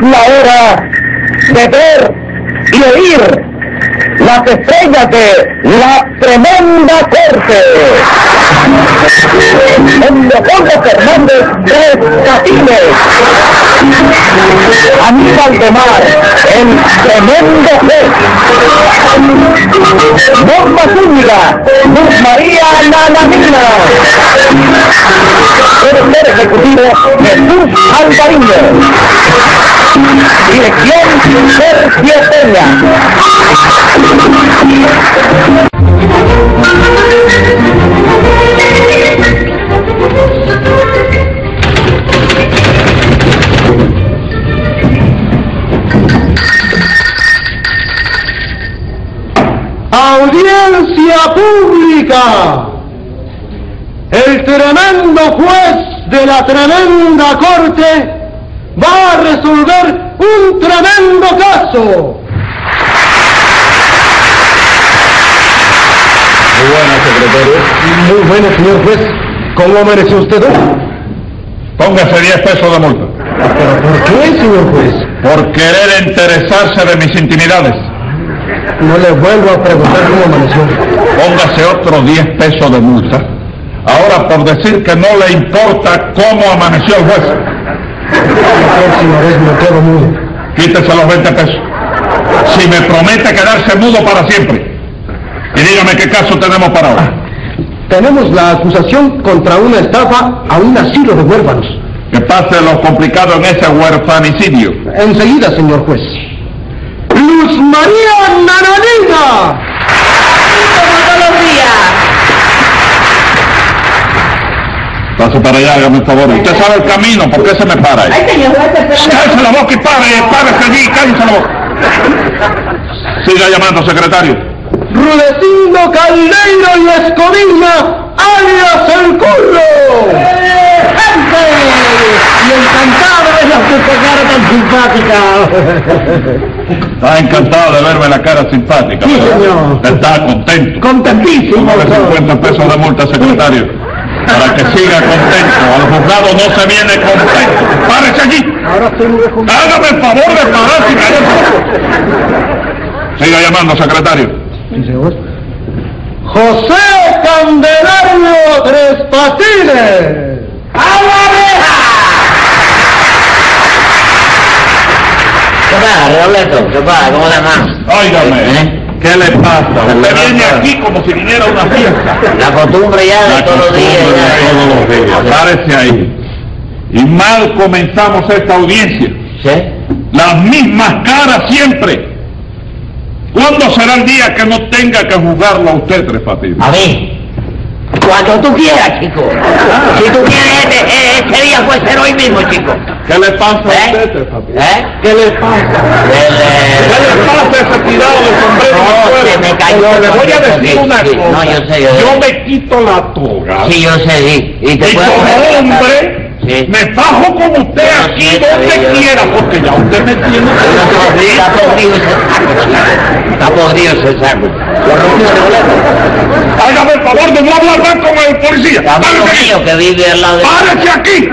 la hora de ver y oír las estrellas de la tremenda corte. En Leopoldo Fernández Tres Catines. Aníbal de Mar, el tremendo juez. Norma Zúñiga, Luz María Nanamina. Productor ejecutivo Jesús Alvariño. Dirección Sergio Peña. Audiencia pública. El tremendo juez de la tremenda corte va a resolver un tremendo caso. Muy buena, secretario. Muy bueno, señor juez. ¿Cómo merece usted? Póngase 10 pesos de multa. ¿Pero por qué, señor juez? Por querer interesarse de mis intimidades. No le vuelvo a preguntar cómo amaneció. Póngase otro 10 pesos de multa. Ahora por decir que no le importa cómo amaneció el juez. La próxima vez me quedo mudo. Quítese los 20 pesos. Si me promete quedarse mudo para siempre. Y dígame qué caso tenemos para ahora. Tenemos la acusación contra una estafa a un asilo de huérfanos. Que pase lo complicado en ese huerfanicidio. Enseguida, señor juez. Luz María Nananina. Como todos los días. Pase para allá, hágame un favor. Usted sabe el camino, ¿por qué se me para ahí? Ay, señor juez, espérame. ¡Cállese la boca y pare! ¡Párese allí! ¡Cállese la boca! Siga llamando, secretario. Rudecindo Caldeiro y Escobina, alias El Curro. ¡Gente! Y encantado de la cara tan simpática. Está encantado de verme la cara simpática. Sí, ¿verdad? señor. Está contento. Contentísimo. Póngale doctor. 50 pesos de multa, secretario. Para que siga contento. Al juzgado no se viene contento. ¡Párese allí! Ahora estoy muy descontento. ¡Hágame el favor de pararse y callarse la boca! Siga llamando, secretario. José Candelario Tres Patines. ¡A la reja! ¿Qué pasa, Robleto? ¿Qué pasa? ¿Cómo te llamas? Óigame. ¿Eh? ¿Qué le pasa? Usted Perdón, viene perdón. aquí como si viniera a una fiesta. La costumbre ya de La todos los costumbre días. ya. de todos los días. Párese ahí. Y mal comenzamos esta audiencia. ¿Sí? Las mismas caras siempre. ¿Cuándo será el día que no tenga que juzgarlo a usted, Tres Patines? A mí. Cuando tú quieras, chico. Ah. Si tú quieres, este, eh, este día puede ser hoy mismo, chico. Ah, ¿Qué le pasa a usted, Tres ¿Eh? Patines? ¿Eh? ¿Qué le pasa? El, ¿Qué le pasa a ese tirado de sombrero? al No, suelo? se me cayó. Pero le voy a decir Sí, una sí, cosa. No, yo sé, yo sé. Yo me quito la toga. Sí, yo sé, sí. Y te Y puedo... como hombre, Sí. Este me bajo con usted Yo no aquí sé, donde yo no quiera, sé. porque ya usted me tiene Está podrido ese saco, chico. Está podrido ese saco. Yo no quiero Robleto. Hágame el favor de no hablar más con el policía. Amigo ¡Párese mío aquí! que vive al lado de... ¡Párese aquí!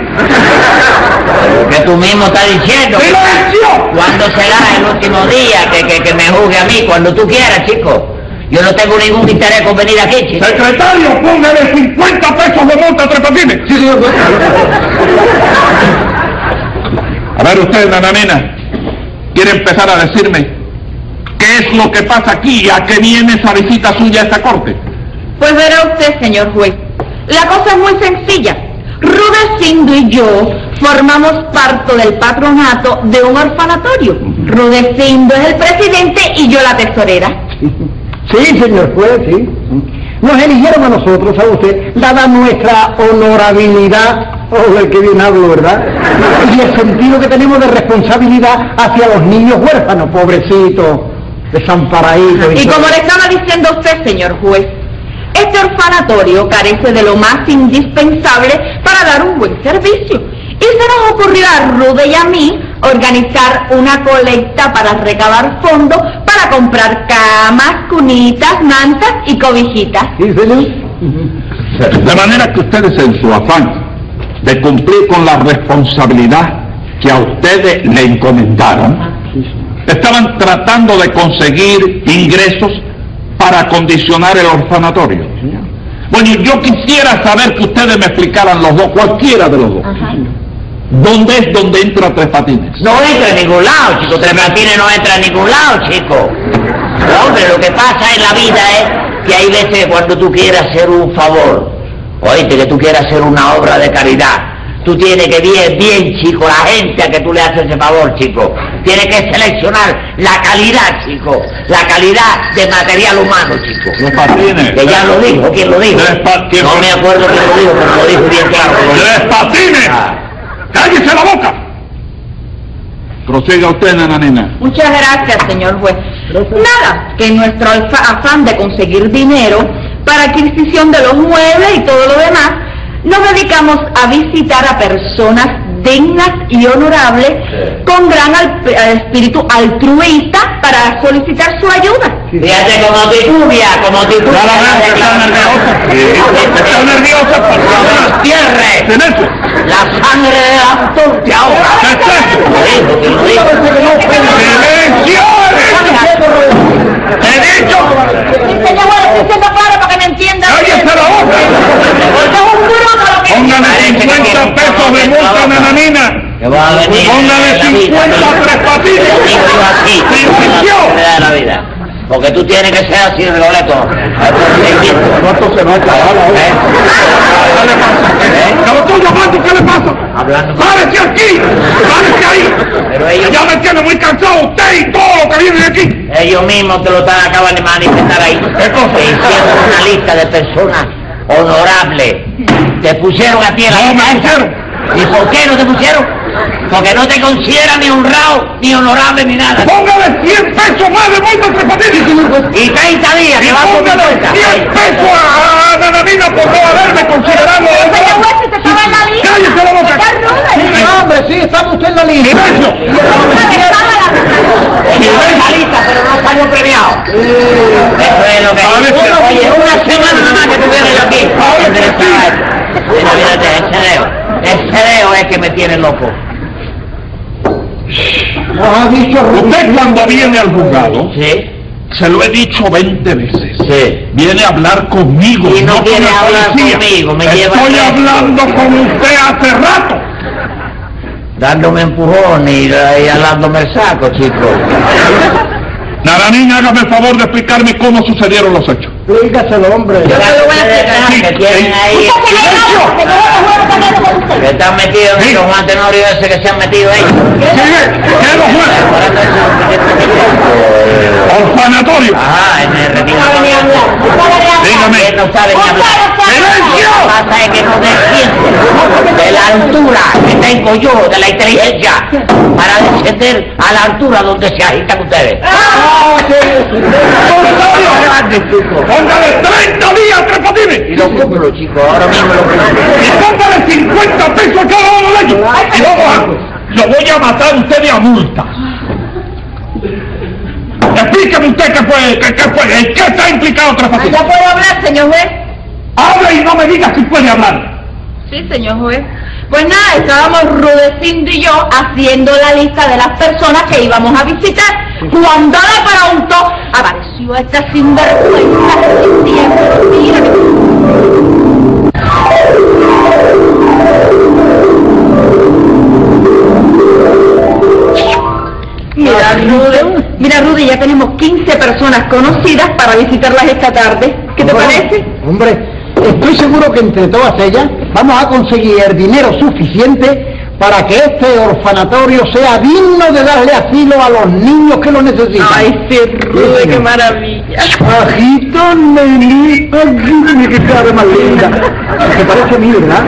Que tú mismo estás diciendo. este ¡Silencio! ¿Cuándo será el último día que, que, que me juzgue a mí? Cuando tú quieras, chico. Yo no tengo ningún interés con venir aquí, chico. Secretario, póngale 50 pesos de multa a Tres Patines. Sí, señor juez. A ver usted, nananina, quiere empezar a decirme qué es lo que pasa aquí y a qué viene esa visita suya a esta corte. Pues verá usted, señor juez. La cosa es muy sencilla. Rudecindo y yo formamos parte del patronato de un orfanatorio. Rudecindo es el presidente y yo la tesorera. Sí, señor juez, sí. Nos eligieron a nosotros, a usted, dada nuestra honorabilidad, o el que bien hablo, ¿verdad? Y el sentido que tenemos de responsabilidad hacia los niños huérfanos, pobrecitos, desamparaditos. Y todo. como le estaba diciendo a usted, señor juez, este orfanatorio carece de lo más indispensable para dar un buen servicio. Y se nos ocurrió a Rude y a mí organizar una colecta para recabar fondos para comprar camas, cunitas, mantas y cobijitas. Sí, señor. De manera que ustedes en su afán de cumplir con la responsabilidad que a ustedes le encomendaron estaban tratando de conseguir ingresos para condicionar el orfanatorio. Bueno, yo quisiera saber que ustedes me explicaran los dos, cualquiera de los dos. ¿Dónde es donde entra Tres Patines? No entra en ningún lado, chico. Tres Patines no entra en ningún lado, chico. Hombre, lo que pasa en la vida es que hay veces que cuando tú quieres hacer un favor, oíste, que tú quieres hacer una obra de caridad, tú tienes que bien, bien, chico, la gente a que tú le haces ese favor, chico. Tienes que seleccionar la calidad, chico. La calidad de material humano, chico. Tres Patines. Que ya lo dijo, ¿quién lo dijo? Tres Patines. No me acuerdo quién lo dijo, pero lo dijo bien claro. ¡Tres Patines! ¡Cállese la boca! Prosiga usted, nananina. Muchas gracias, señor juez. Nada, que en nuestro alfa- afán de conseguir dinero para adquisición de los muebles y todo lo demás, nos dedicamos a visitar a personas dignas y honorables con gran al- eh, espíritu altruista para solicitar su ayuda. Fíjate como titubia, como titubia. Ya la veo que está nerviosa. Sí, está nerviosa, por favor. ¡Cierre! ¡Silencio! La sangre de Astor te ahoga. ¿Qué es Lo dijo, que lo dijo. esto? ¡Silencio! ¡He dicho! Señor juez, diciendo claro para que me entienda. ¡Cállese la boca! Póngale 50 pesos de multa, nananina. Que va a venir. pues Póngale la vida, 50 ¿no? Tres Yo digo yo así. Patines. la ¡Silencio! realidad de la vida. Porque tú tienes que ser así, Rigoletto. ¿Cuánto se va a acabar ¿Qué le pasa? ¿Eh? ¿Qué lo estoy llamando? ¿Qué le pasa? Hablando. ¡Párese aquí! ¡Párese ahí! Pero ellos... Ya me tiene muy cansado usted y todo lo que viene aquí. Ellos mismos te lo están acaban de manifestar ahí. ¿Qué cosa? Te hicieron una lista de personas honorables. Te pusieron a ti en la No me lista esa. pusieron. ¿Y por qué no te pusieron? Porque no te consideran ni honrado, ni honorable, ni nada. Póngale 100 pesos más de multa a Tres Patines. Y 30 días Y que vas con mi póngale cuenta. 100 pesos a, a Nananina por no haberme considerado. ¡Cállese la boca! No, hombre, sí, estaba usted en la lista. ¡Silencio! Estaba en la lista, pero no salió premiado. Eso es lo que A ver, sí. Bueno, Oye, una semana nada más que tuviera yo aquí. A ver, Entre sí. esta- Mira, mírate, el cereo. El cereo es que me tiene loco. Nos ha dicho Usted cuando viene al juzgado, Sí, se lo he dicho 20 veces. sí. Viene a hablar conmigo. Y no con quiere la hablar policía. conmigo, me lleva Estoy preso. hablando con usted hace rato. Dándome empujones y, y alándome el saco, chico. Naranín, hágame el favor de explicarme cómo sucedieron los hechos. Explícaselo, hombre. Yo te lo voy a explicar. Que tienen ahí, que están metidos en Sí. los Juan Tenorio ese que se han metido ahí. ¿Qué los jueces? Orfanatorio. Ajá, en el retiro. Dígame. Él no sabe ni hablar. ¡Silencio! Lo que pasa es que no desciende de la altura que tengo yo, de la inteligencia, para descender a la altura donde se agitan ustedes. Ah. Póngale 30 días a tres Y patines. lo cumplo, chicos, ahora mismo lo cumplo. Y póngale 50 pesos a cada uno de ellos. Y vamos a... Lo voy a matar a usted de a multa. Explíqueme usted qué fue, qué, qué fue, en qué está implicado tres patines. ¿Ya puedo hablar, señor juez? Hable y no me diga si puede hablar. Sí, señor juez. Pues nada, estábamos Rudecindo y yo haciendo la lista de las personas que íbamos a visitar. Cuando de pronto apareció esta sinvergüenza diciendo, mira, Mira, Rudy, mira, Rudy, ya tenemos 15 personas conocidas para visitarlas esta tarde. ¿Qué te Bueno, parece? Hombre, estoy seguro que entre todas ellas vamos a conseguir el dinero suficiente para que este orfanatorio sea digno de darle asilo a los niños que lo necesitan. Ay, sí, Rudy, qué maravilla. Ajito, nenita, dime que cara más linda. Te parece a mí, ¿verdad?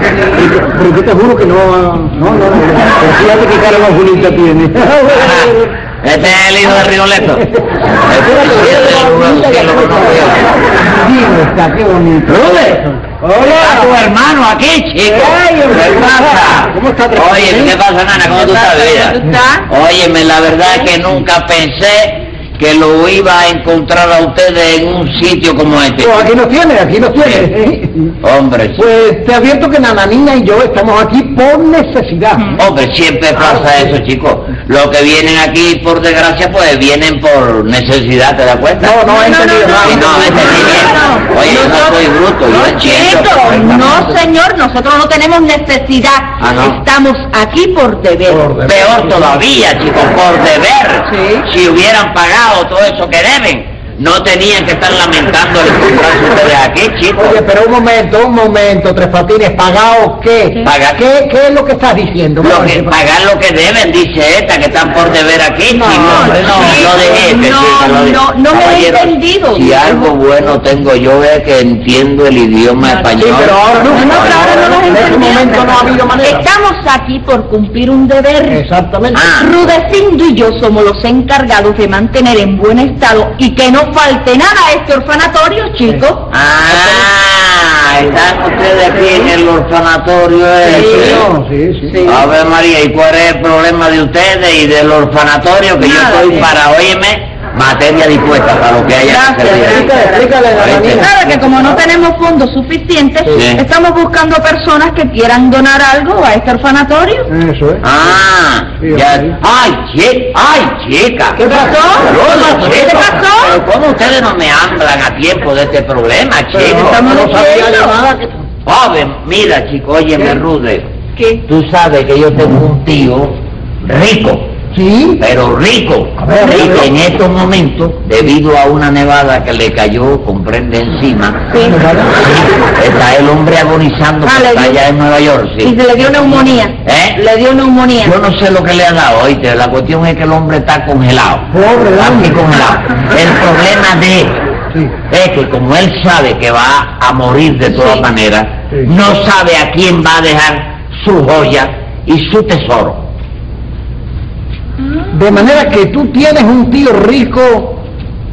Pero yo te juro que no... No, no, no. Pero fíjate qué cara más bonita tiene. Ajá. Este es el hijo de Rigoletto. Dime, está, qué bonito. Rude, está tu hermano aquí, chico. Ay, hombre. ¿Qué pasa? ¿Cómo está, tres Oye, patines? ¿qué pasa, nana? ¿Cómo tú ¿Qué estás, pasa? vida? ¿Cómo tú estás? Óyeme, la verdad es que nunca pensé que lo iba a encontrar a ustedes en un sitio como este. Pues aquí nos tiene, aquí nos tiene. Hombre, sí. Pues te advierto que Nananina y yo estamos aquí por necesidad. hombre, siempre pasa eso, chicos. Los que vienen aquí, por desgracia, pues vienen por necesidad, ¿te das cuenta? No, no, he No, no, entendido no, nada. Sí, no, entendí bien. Oye, yo no soy bruto, yo entiendo. Chicos, no, perfectamente. señor, nosotros no tenemos necesidad. pues, Ah, ¿no? Estamos aquí por deber. Por deber. Peor todavía, chicos, por deber. Si hubieran pagado todo eso que deben, no tenían que estar lamentando el encontrarse ustedes aquí, chicos. Oye, pero un momento, un momento, Tres Patines, ¿pagado qué? Paga- ¿Qué, qué es lo que estás diciendo? Lo que, pagar lo que deben, dice esta, que están por deber aquí. No, sí, hombre, no, sí, lo dejé, no, chico, lo dejé. no, no me he Caballero, entendido. Si algo bueno tengo yo es que entiendo el idioma español. Sí, pero ahora no, No, pero ahora no nos en este entendemos. momento no ha habido manera. Estamos aquí por cumplir un deber. Exactamente. Ah. Rudecindo y yo somos los encargados de mantener en buen estado y que no falte nada a este orfanatorio, chicos. Ah, están ustedes aquí en el orfanatorio ese. no, sí, sí. A ver, María, ¿y cuál es el problema de ustedes y del orfanatorio? Que Nada, yo estoy sí. para oírme materia dispuesta para lo que haya que Gracias, servir. explícale, explícale a la ¿Oíste? niña. Claro que como no tenemos fondos suficientes, Sí. estamos buscando personas que quieran donar algo a este orfanatorio. Eso ¿eh? es. Ah, Sí, ya. ok. Ay, chica, ay, chica. ¿Qué pasó? Yo, ¿Qué chico, pasó? Pero ¿cómo ustedes no me hablan a tiempo de este problema, Pero chico? no sabía diciendo. llamada que... Joven, mira, chico, óyeme, ¿Qué? Rude. ¿Qué? Tú sabes que yo tengo un tío rico. Sí, pero rico. A ver, Y rico. que en estos momentos, debido a una nevada que le cayó, comprende encima, Sí. está el hombre agonizando Ah, que le está dio- allá en Nueva York, Y sí. se le dio neumonía. ¿Eh? Le dio neumonía. Yo no sé lo que le ha dado, oíste, la cuestión es que el hombre está congelado. Pobre Está hombre. muy congelado. El problema de él sí. es que como él sabe que va a morir de todas Sí. maneras, Sí. no sabe a quién va a dejar su joya y su tesoro. De manera que tú tienes un tío rico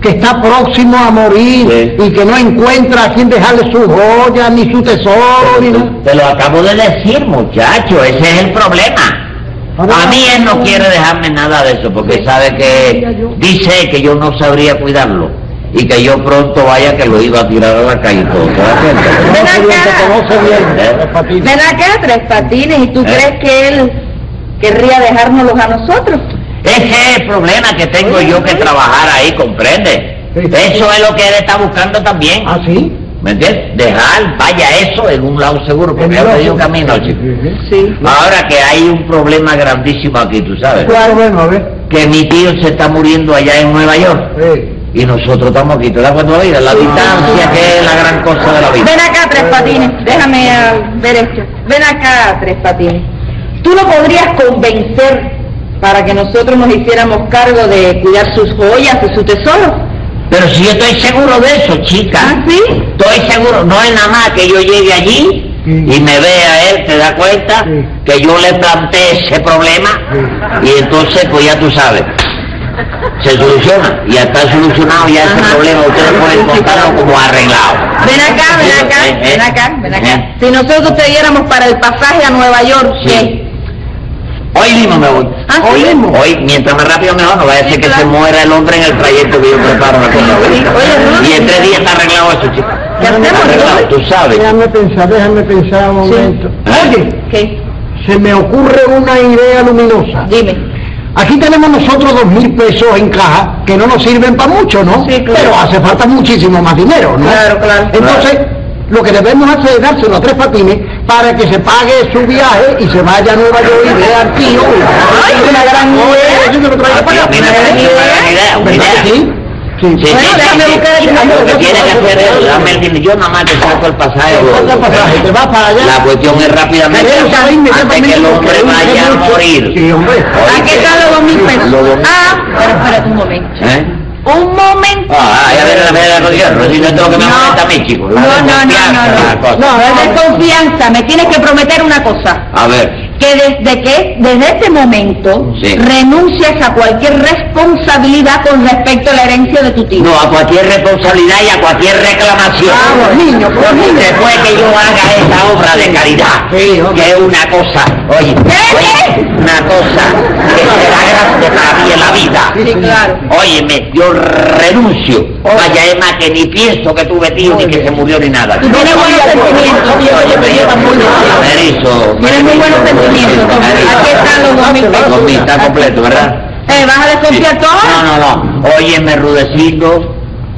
que está próximo a morir Sí. y que no encuentra a quien dejarle su joya, ni su tesoro, ni nada. Te lo acabo de decir, muchacho, ese es el problema. A mí él no quiere dejarme nada de eso porque sabe que dice que yo no sabría cuidarlo y que yo pronto vaya que lo iba a tirar a la calle y todo. ¿te das No, cuenta? Ven si bien, acá. te conoce bien, ¿Eh? Tres Patines. Ven acá, Tres Patines, ¿y tú ¿Eh? crees que él querría dejárnoslos a nosotros? Ese es el problema que tengo yo que trabajar ahí, ¿comprende? Sí. Eso es lo que él está buscando también. ¿Ah, sí? ¿Me entiendes? Dejar, vaya eso en un lado seguro, porque En yo el te otro. digo camino, chico. Sí. Ahora que hay un problema grandísimo aquí, tú sabes, Claro, bueno, a ver. que mi tío se está muriendo allá en Nueva York. Eh, Y nosotros estamos aquí, ¿te das cuenta de la vida? La distancia que es la gran cosa de la vida. Ven acá, Tres Patines, déjame ah, ver esto. Ven acá, Tres Patines. ¿Tú lo podrías convencer para que nosotros nos hiciéramos cargo de cuidar sus joyas y su tesoro? Pero si yo estoy seguro de eso, chica. ¿Ah, sí? Estoy seguro, no es nada más que yo llegue allí Sí. y me vea él, ¿te das cuenta? Sí. Que yo le planteé ese problema y entonces, pues ya tú sabes, se soluciona. Ya está solucionado ya Ajá. ese problema, ustedes pueden contarlo como arreglado. Ven acá, ven acá, Eh, eh. ven acá, ven acá. Eh. Si nosotros te diéramos para el pasaje a Nueva York, Sí. ¿qué? Hoy mismo me voy. Ah, hoy sí. mismo. Hoy, mientras más rápido mejor, no vaya a Sí, ser que claro. se muera el hombre en el trayecto que yo preparo la cosa. Sí, oye, Rudy. y en tres días está arreglado eso, chico. ¿Qué hacemos, Arreglado, Rudy? tú sabes. ¿Eh? déjame pensar, déjame pensar un momento. Oye, ¿Qué? se me ocurre una idea luminosa. Dime. Aquí tenemos nosotros dos mil pesos en caja que no nos sirven para mucho, ¿no? Sí, claro. Pero hace falta muchísimo más dinero, ¿no? Claro, claro. Entonces, lo que debemos hacer es dárselo a tres patines para que se pague su viaje y se vaya a Nueva York y vea al tío. Ay, una gran idea! Yo me lo traigo Ah, para tío, acá. mira, Una gran mira, mira, una ¿Verdad que idea. ¿eh? Sí, sí. Sí, Bueno, sí, déjame sí, buscar sí. el- Lo que Yo tienes que saco el hacer es, pasaje. dame el dinero. Yo nada más te saco el Te pasaje. saco el Rudy. pasaje, te vas para allá. La cuestión es rápidamente. Queremos saber Antes que el inmediatamente lo hombre que vaya a dice mucho. morir. Sí, hombre. ¿A qué tal los dos mil pesos? Los dos mil. Ah, pero espérate un momento. ¿Eh? Un momento. Ah, ya ver, a ver, a ver, Rosy, no es lo que me No. molesta a mí, chico. No, no, La no, desconfianza, no, la cosa. no. No, es de confianza. Me tienes que prometer una cosa. A ver, que desde que desde este momento Sí. renuncias a cualquier responsabilidad con respecto a la herencia de tu tío. no, a cualquier responsabilidad y a cualquier reclamación. Vamos, niño, por niño. Después que yo haga esta obra de caridad, Sí, hombre. que es una cosa, oye, ¿Qué? oye, una cosa que será grande para mí en la vida. Sí, claro. Óyeme, yo renuncio. Vaya, es más que ni pienso que tuve tío, ni que se murió, ni nada. Y tiene buenos sentimientos, tío, oye, pero yo tampoco. Merizo, Tiene muy buenos merizo, sentimientos, merizo, hombre. merizo. Aquí están los dos mil pesos. Dos mil, está completo, ¿verdad? Eh, ¿Vas a desconfiar todo? No, no, no. Óyeme, Rudecindo,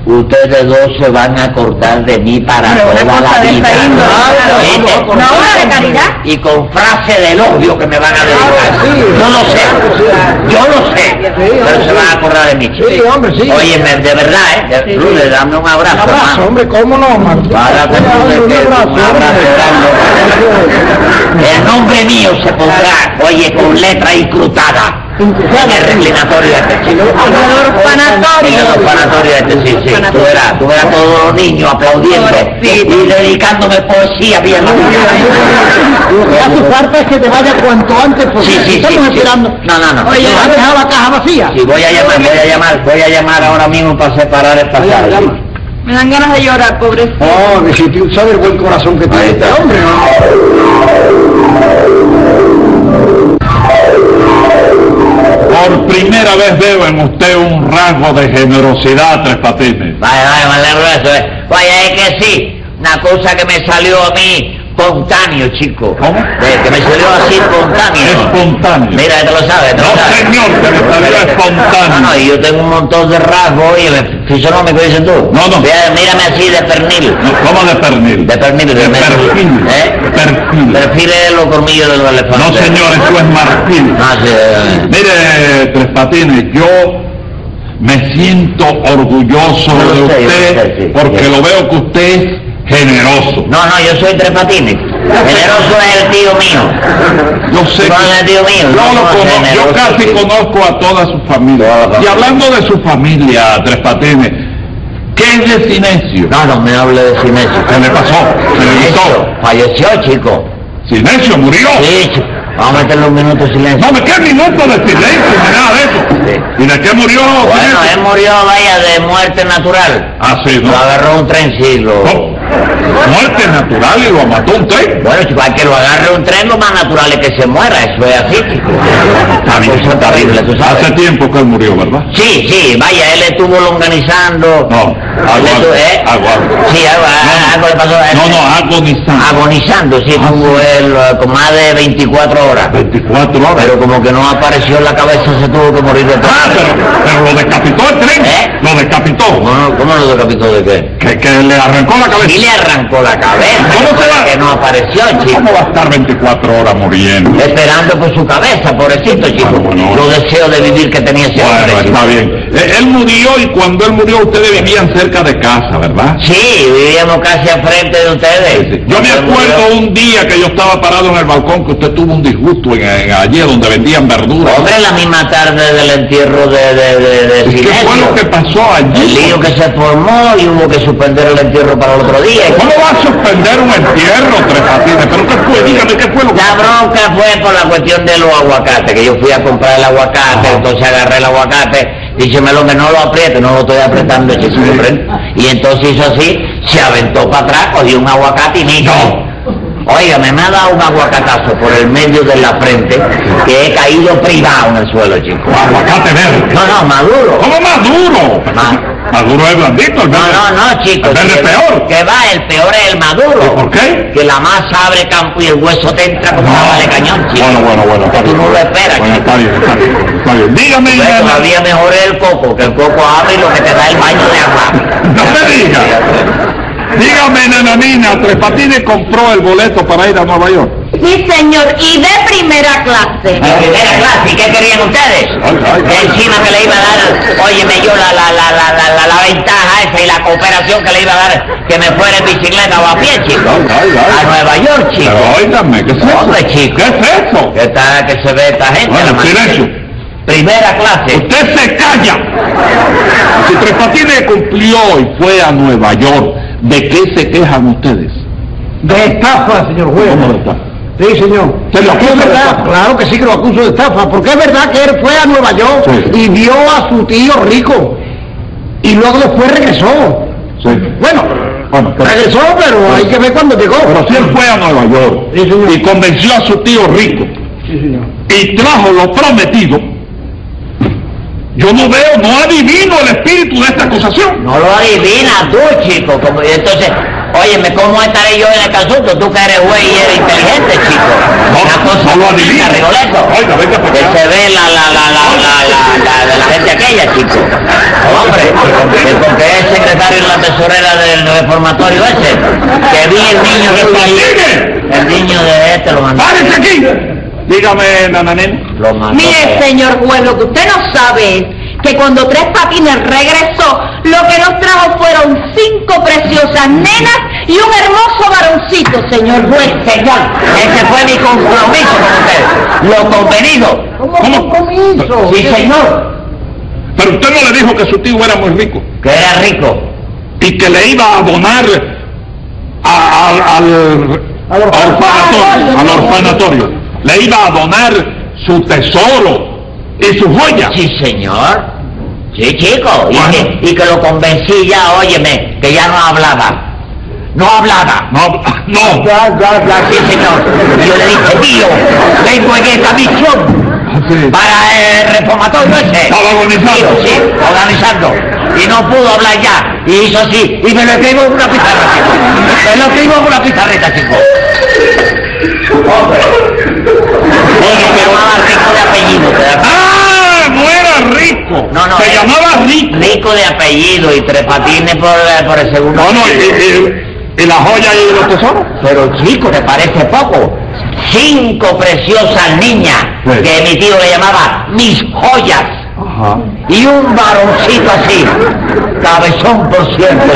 ustedes dos se van a cortar de mí para Pero una toda la cosa de vida. esta índole, claro. ¿Oíste? Una obra de caridad. Y con frase de elogio que me van Ah, a sí. dedicar. Yo lo sé, yo lo sé, pero se van a cortar de mí. Sí, hombre, sí. Óyeme, de verdad, ¿eh? De- Rude, dame un abrazo, Un abrazo, hermano. hombre, ¿cómo no, Martín? Para que tú te quedes, un abrazo, Carlos. El nombre mío se pondrá, oye, con letra incrutada. En el reclinatorio de este En chico. el orfanatorio. En el orfanatorio de este, sí, sí. Tú verás, tú verás todos los niños aplaudiendo Pobrecito. y dedicándome poesía bien Lo que hace falta es que te vaya cuanto antes Sí, posible. sí, sí. Estamos sí. esperando. No, no, no. Oye, Sí, ¿has dejado la caja vacía? Sí, voy a llamar, voy a llamar, voy a llamar ahora mismo para separar el Oye, pasaje. llama. Me dan ganas de llorar, pobrecito. Oh, que si tú sabes el buen corazón que tiene Ahí está. este hombre, ¿no? Por primera vez veo en usted un rasgo de generosidad, Tres Patines. Vaya, vaya, vale, grueso, eh. Vaya, es que sí, una cosa que me salió a mí espontáneo, chico. ¿Cómo? Eh, que me salió así espontáneo. Espontáneo. Mira, te lo sabes, te lo No, sabes. señor, que me salió espontáneo. No, no, y yo tengo un montón de rasgos, oye, me- fisonómicos, dices tú. No, no. Mira, mírame así de pernil. No, ¿Cómo de pernil? De pernil, De me- perfil. ¿Eh? Perfil. Perfil es los colmillos de los elefantes. No, señor, eso es marfil. No, sí, eh, Mire, Tres Patines, yo me siento orgulloso No, de yo sé, yo usted sé, sí, porque sí. lo veo que usted es generoso. no, no, yo soy tres patines. Generoso es el tío mío. Yo sé No, que... no, tío mío, Yo lo no, no, conozco, generoso, yo casi tío. conozco a toda su familia. Toda la Y familia. hablando de su familia, Tres Patines, ¿qué es de Sinesio? No, no me hable de Sinesio. Se le pasó, se le Sinesio, gustó. Falleció, chico. Sinesio murió. Sí, chico. Vamos a meterle un minuto de silencio. No, me qué minuto de silencio, ni nada de eso. ¿Y de qué murió bueno, Sinesio? él murió, vaya, de muerte natural. Ah, sí, Lo ¿no? agarró un trencillo. No. Muerte natural y lo mató un tren. Bueno, chico, al que lo agarre un tren, lo más natural es que se muera. Eso es así, chico. Está bien, Cosa está bien. terrible, tú sabes. Hace tiempo que él murió, ¿verdad? Sí, sí, vaya, él estuvo longanizando. No, Él estuvo, aguardo, ¿eh? aguardo. Sí, algo, ah, algo le pasó. a él. No, no, agonizando. Agonizando, sí, Ah, estuvo él eh, con más de 24 horas. 24 horas. Pero como que no apareció en la cabeza, se tuvo que morir de Ah, pero, pero lo decapitó el tren. ¿Eh? Lo decapitó. ¿Cómo, cómo lo decapitó de qué? Que, que le arrancó la Y cabeza. le arrancó la cabeza. ¿Cómo que se fue va? Que no apareció, chico. ¿Cómo va a estar 24 horas muriendo? Esperando por su cabeza, pobrecito, chico. Ah, bueno. Los deseos de vivir que tenía ese Bueno, hombre, chico. está bien. Eh, él murió y cuando él murió ustedes vivían cerca de casa, ¿verdad? Sí, vivíamos casi al frente de ustedes. Yo me acuerdo un día que yo estaba parado en el balcón que usted tuvo un disgusto en, en allí donde vendían verduras. Hombre, la misma tarde del entierro de, de, de, de ¿Y ¿Qué fue lo Sinesio. que pasó El allí? lío que se formó y hubo que suspender el entierro para el otro día. ¿Cómo va a suspender un entierro, Tres Patines? ¿Pero qué fue? Dígame, ¿qué fue lo que La bronca fue por la cuestión de los aguacates, que yo fui a comprar el aguacate, entonces agarré el aguacate, dice me lo que no lo apriete, no lo estoy apretando, chico, ¿comprende? y entonces hizo así, se aventó para atrás, cogió un aguacate y dijo, óigame, me ha dado un aguacatazo por el medio de la frente, que he caído privado en el suelo, chico. Aguacate verde. No, no, maduro. ¿Cómo Maduro? Ma- Maduro es blandito, el No, verde. no, no, chico. El verde que- peor. Que va, el peor es el maduro. ¿Por qué? Que la masa abre campo y el hueso te entra como No. una bala de cañón, chico. Bueno, bueno, bueno. Que está tú bien. no lo esperas, Bueno, chico. está bien, está bien, está bien. Dígame, Pues nena. todavía mejor es el coco, que el coco abre y lo que te da el baño de agua. No me diga. Dígame, nananina, Tres Patines compró el boleto para ir a Nueva York. Sí, señor, y de primera clase. De primera clase, ¿y qué querían ustedes? Ay, ay, ay. Encima que le iba a dar, óyeme yo, la, la, la, la, la, la, la ventaja esa y la cooperación que le iba a dar, que me fuera en bicicleta o a pie, chico. Ay, ay, ay. A Nueva York, chico. Pero óigame, ¿qué es eso? Hombre, chico. ¿Qué es eso? ¿Qué tal que se ve esta gente? Bueno, la silencio. Primera clase. Usted se calla. Si Tres Patines cumplió y fue a Nueva York, ¿de qué se quejan ustedes? De estafa, señor juez. ¿Cómo está? Sí, señor. ¿Se lo Es acusa de verdad, estafa? Claro que sí que lo acuso de estafa, porque es verdad que él fue a Nueva York Sí. y vio a su tío rico y luego después regresó. Sí. Bueno, Bueno, pero- regresó, pero hay que ver cuando llegó. Pero si él fue a Nueva York Sí, señor. y convenció a su tío rico Sí, señor. y trajo lo prometido, yo no veo, no adivino el espíritu de esta acusación. No lo adivinas tú, chico. Como, y entonces, óyeme, ¿cómo estaré yo en el asunto? Tú que eres güey y eres inteligente, chico. No, Una cosa no lo bonita, adivino. Rigoletto. Oiga, venga para que acá. se ve la, la, la, la, la, la, la, la gente aquella, chico. Hombre, que porque es secretario en la tesorera del reformatorio ese, que vi el niño que está ahí. El niño de este lo mandó. ¡Párese aquí! Dígame, nananén. Lo mandó. Mire, para- señor juez, lo que usted no sabe es que cuando Tres Patines regresó, lo que nos trajo fueron cinco preciosas nenas y un hermoso varoncito, señor juez. Señor, ese fue mi compromiso con usted. Lo convenido. ¿Cómo compromiso? Sí, señor. Pero usted no le dijo que su tío era muy rico Que era rico. y que le iba a donar a- al, al- Al orfanatorio, al orfanatorio. Le iba a donar su tesoro y su joya. Sí, señor. Sí, chico. Y, Bueno. que, y que lo convencí ya, óyeme, que ya no hablaba. No hablaba. No, no. Ya, ya, ya, sí, señor. Y yo le dije, tío, vengo en esta misión Sí. para el reformatorio ese. Estaba organizando. Sí, sí, organizando. Y no pudo hablar ya. Y hizo así. Y me lo escribo en una pizarra, chico. Me lo escribo en una pizarreta, chico. Hombre. Bueno, Se pero- llamaba rico de apellido, ¿te das ¡Ah! No era rico. No, no, Se era- llamaba rico. Rico de apellido y tres patines por, eh, por el segundo. No, no, y, y- y- y la joya y los tesoros. Pero chico, ¿te parece poco? Cinco preciosas niñas Sí. que mi tío le llamaba mis joyas Ajá. y un varoncito así, cabezón por ciento,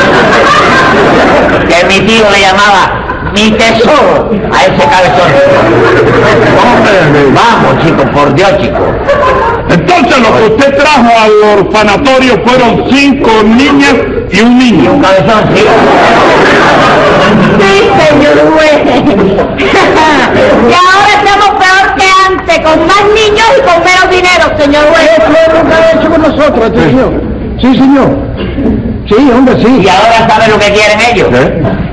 que mi tío le llamaba mi tesoro a ese cabezón. Hombre, vamos chicos, por Dios chicos. Entonces lo que usted trajo al orfanatorio fueron cinco niñas y un niño. Un cabezón, sí. Sí, señor juez. y ahora estamos peor que antes, con más niños y con menos dinero, señor Es juez. lo que ha hecho con nosotros, atención. Sí, señor. Sí, hombre, sí. Y ahora sabe lo que quieren ellos.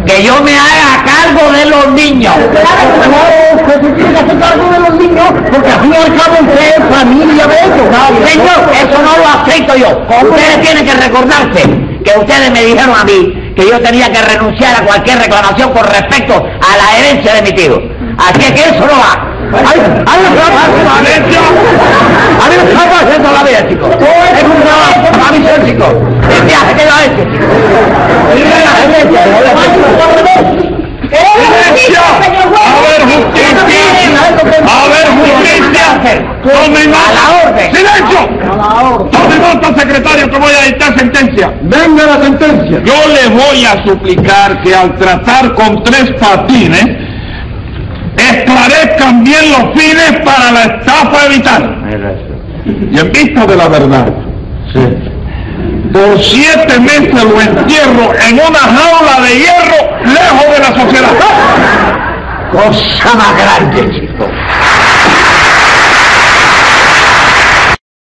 Que yo me haga cargo de los niños. Claro, que tú tienes que hacer cargo de los niños, porque al fin y al cabo usted es familia de ellos. No, señor, eso no lo acepto yo. Ustedes tienen que recordarse que ustedes me dijeron a mí que yo tenía que renunciar a cualquier reclamación con respecto a la herencia de mi tío. Así es que eso no va. Ahí- ahí está, A mí me está haciendo la vida, chicos. Es un trabajo para mí, ser, chicos. El viaje que yo he hecho, chicos. ¡Silencio! ¡A ver, justicia! ¡A ver, justicia! ¡Tome A la nota! orden. ¡Silencio! orden. ¡Tome nota, secretario, que voy a dictar sentencia! Venga la sentencia. Yo le voy a suplicar que al tratar con tres patines, esclarezcan bien los fines para la estafa evitar. Y en vista de la verdad, por siete meses lo entierro en una jaula de hierro lejos de la sociedad. Cosa más grande,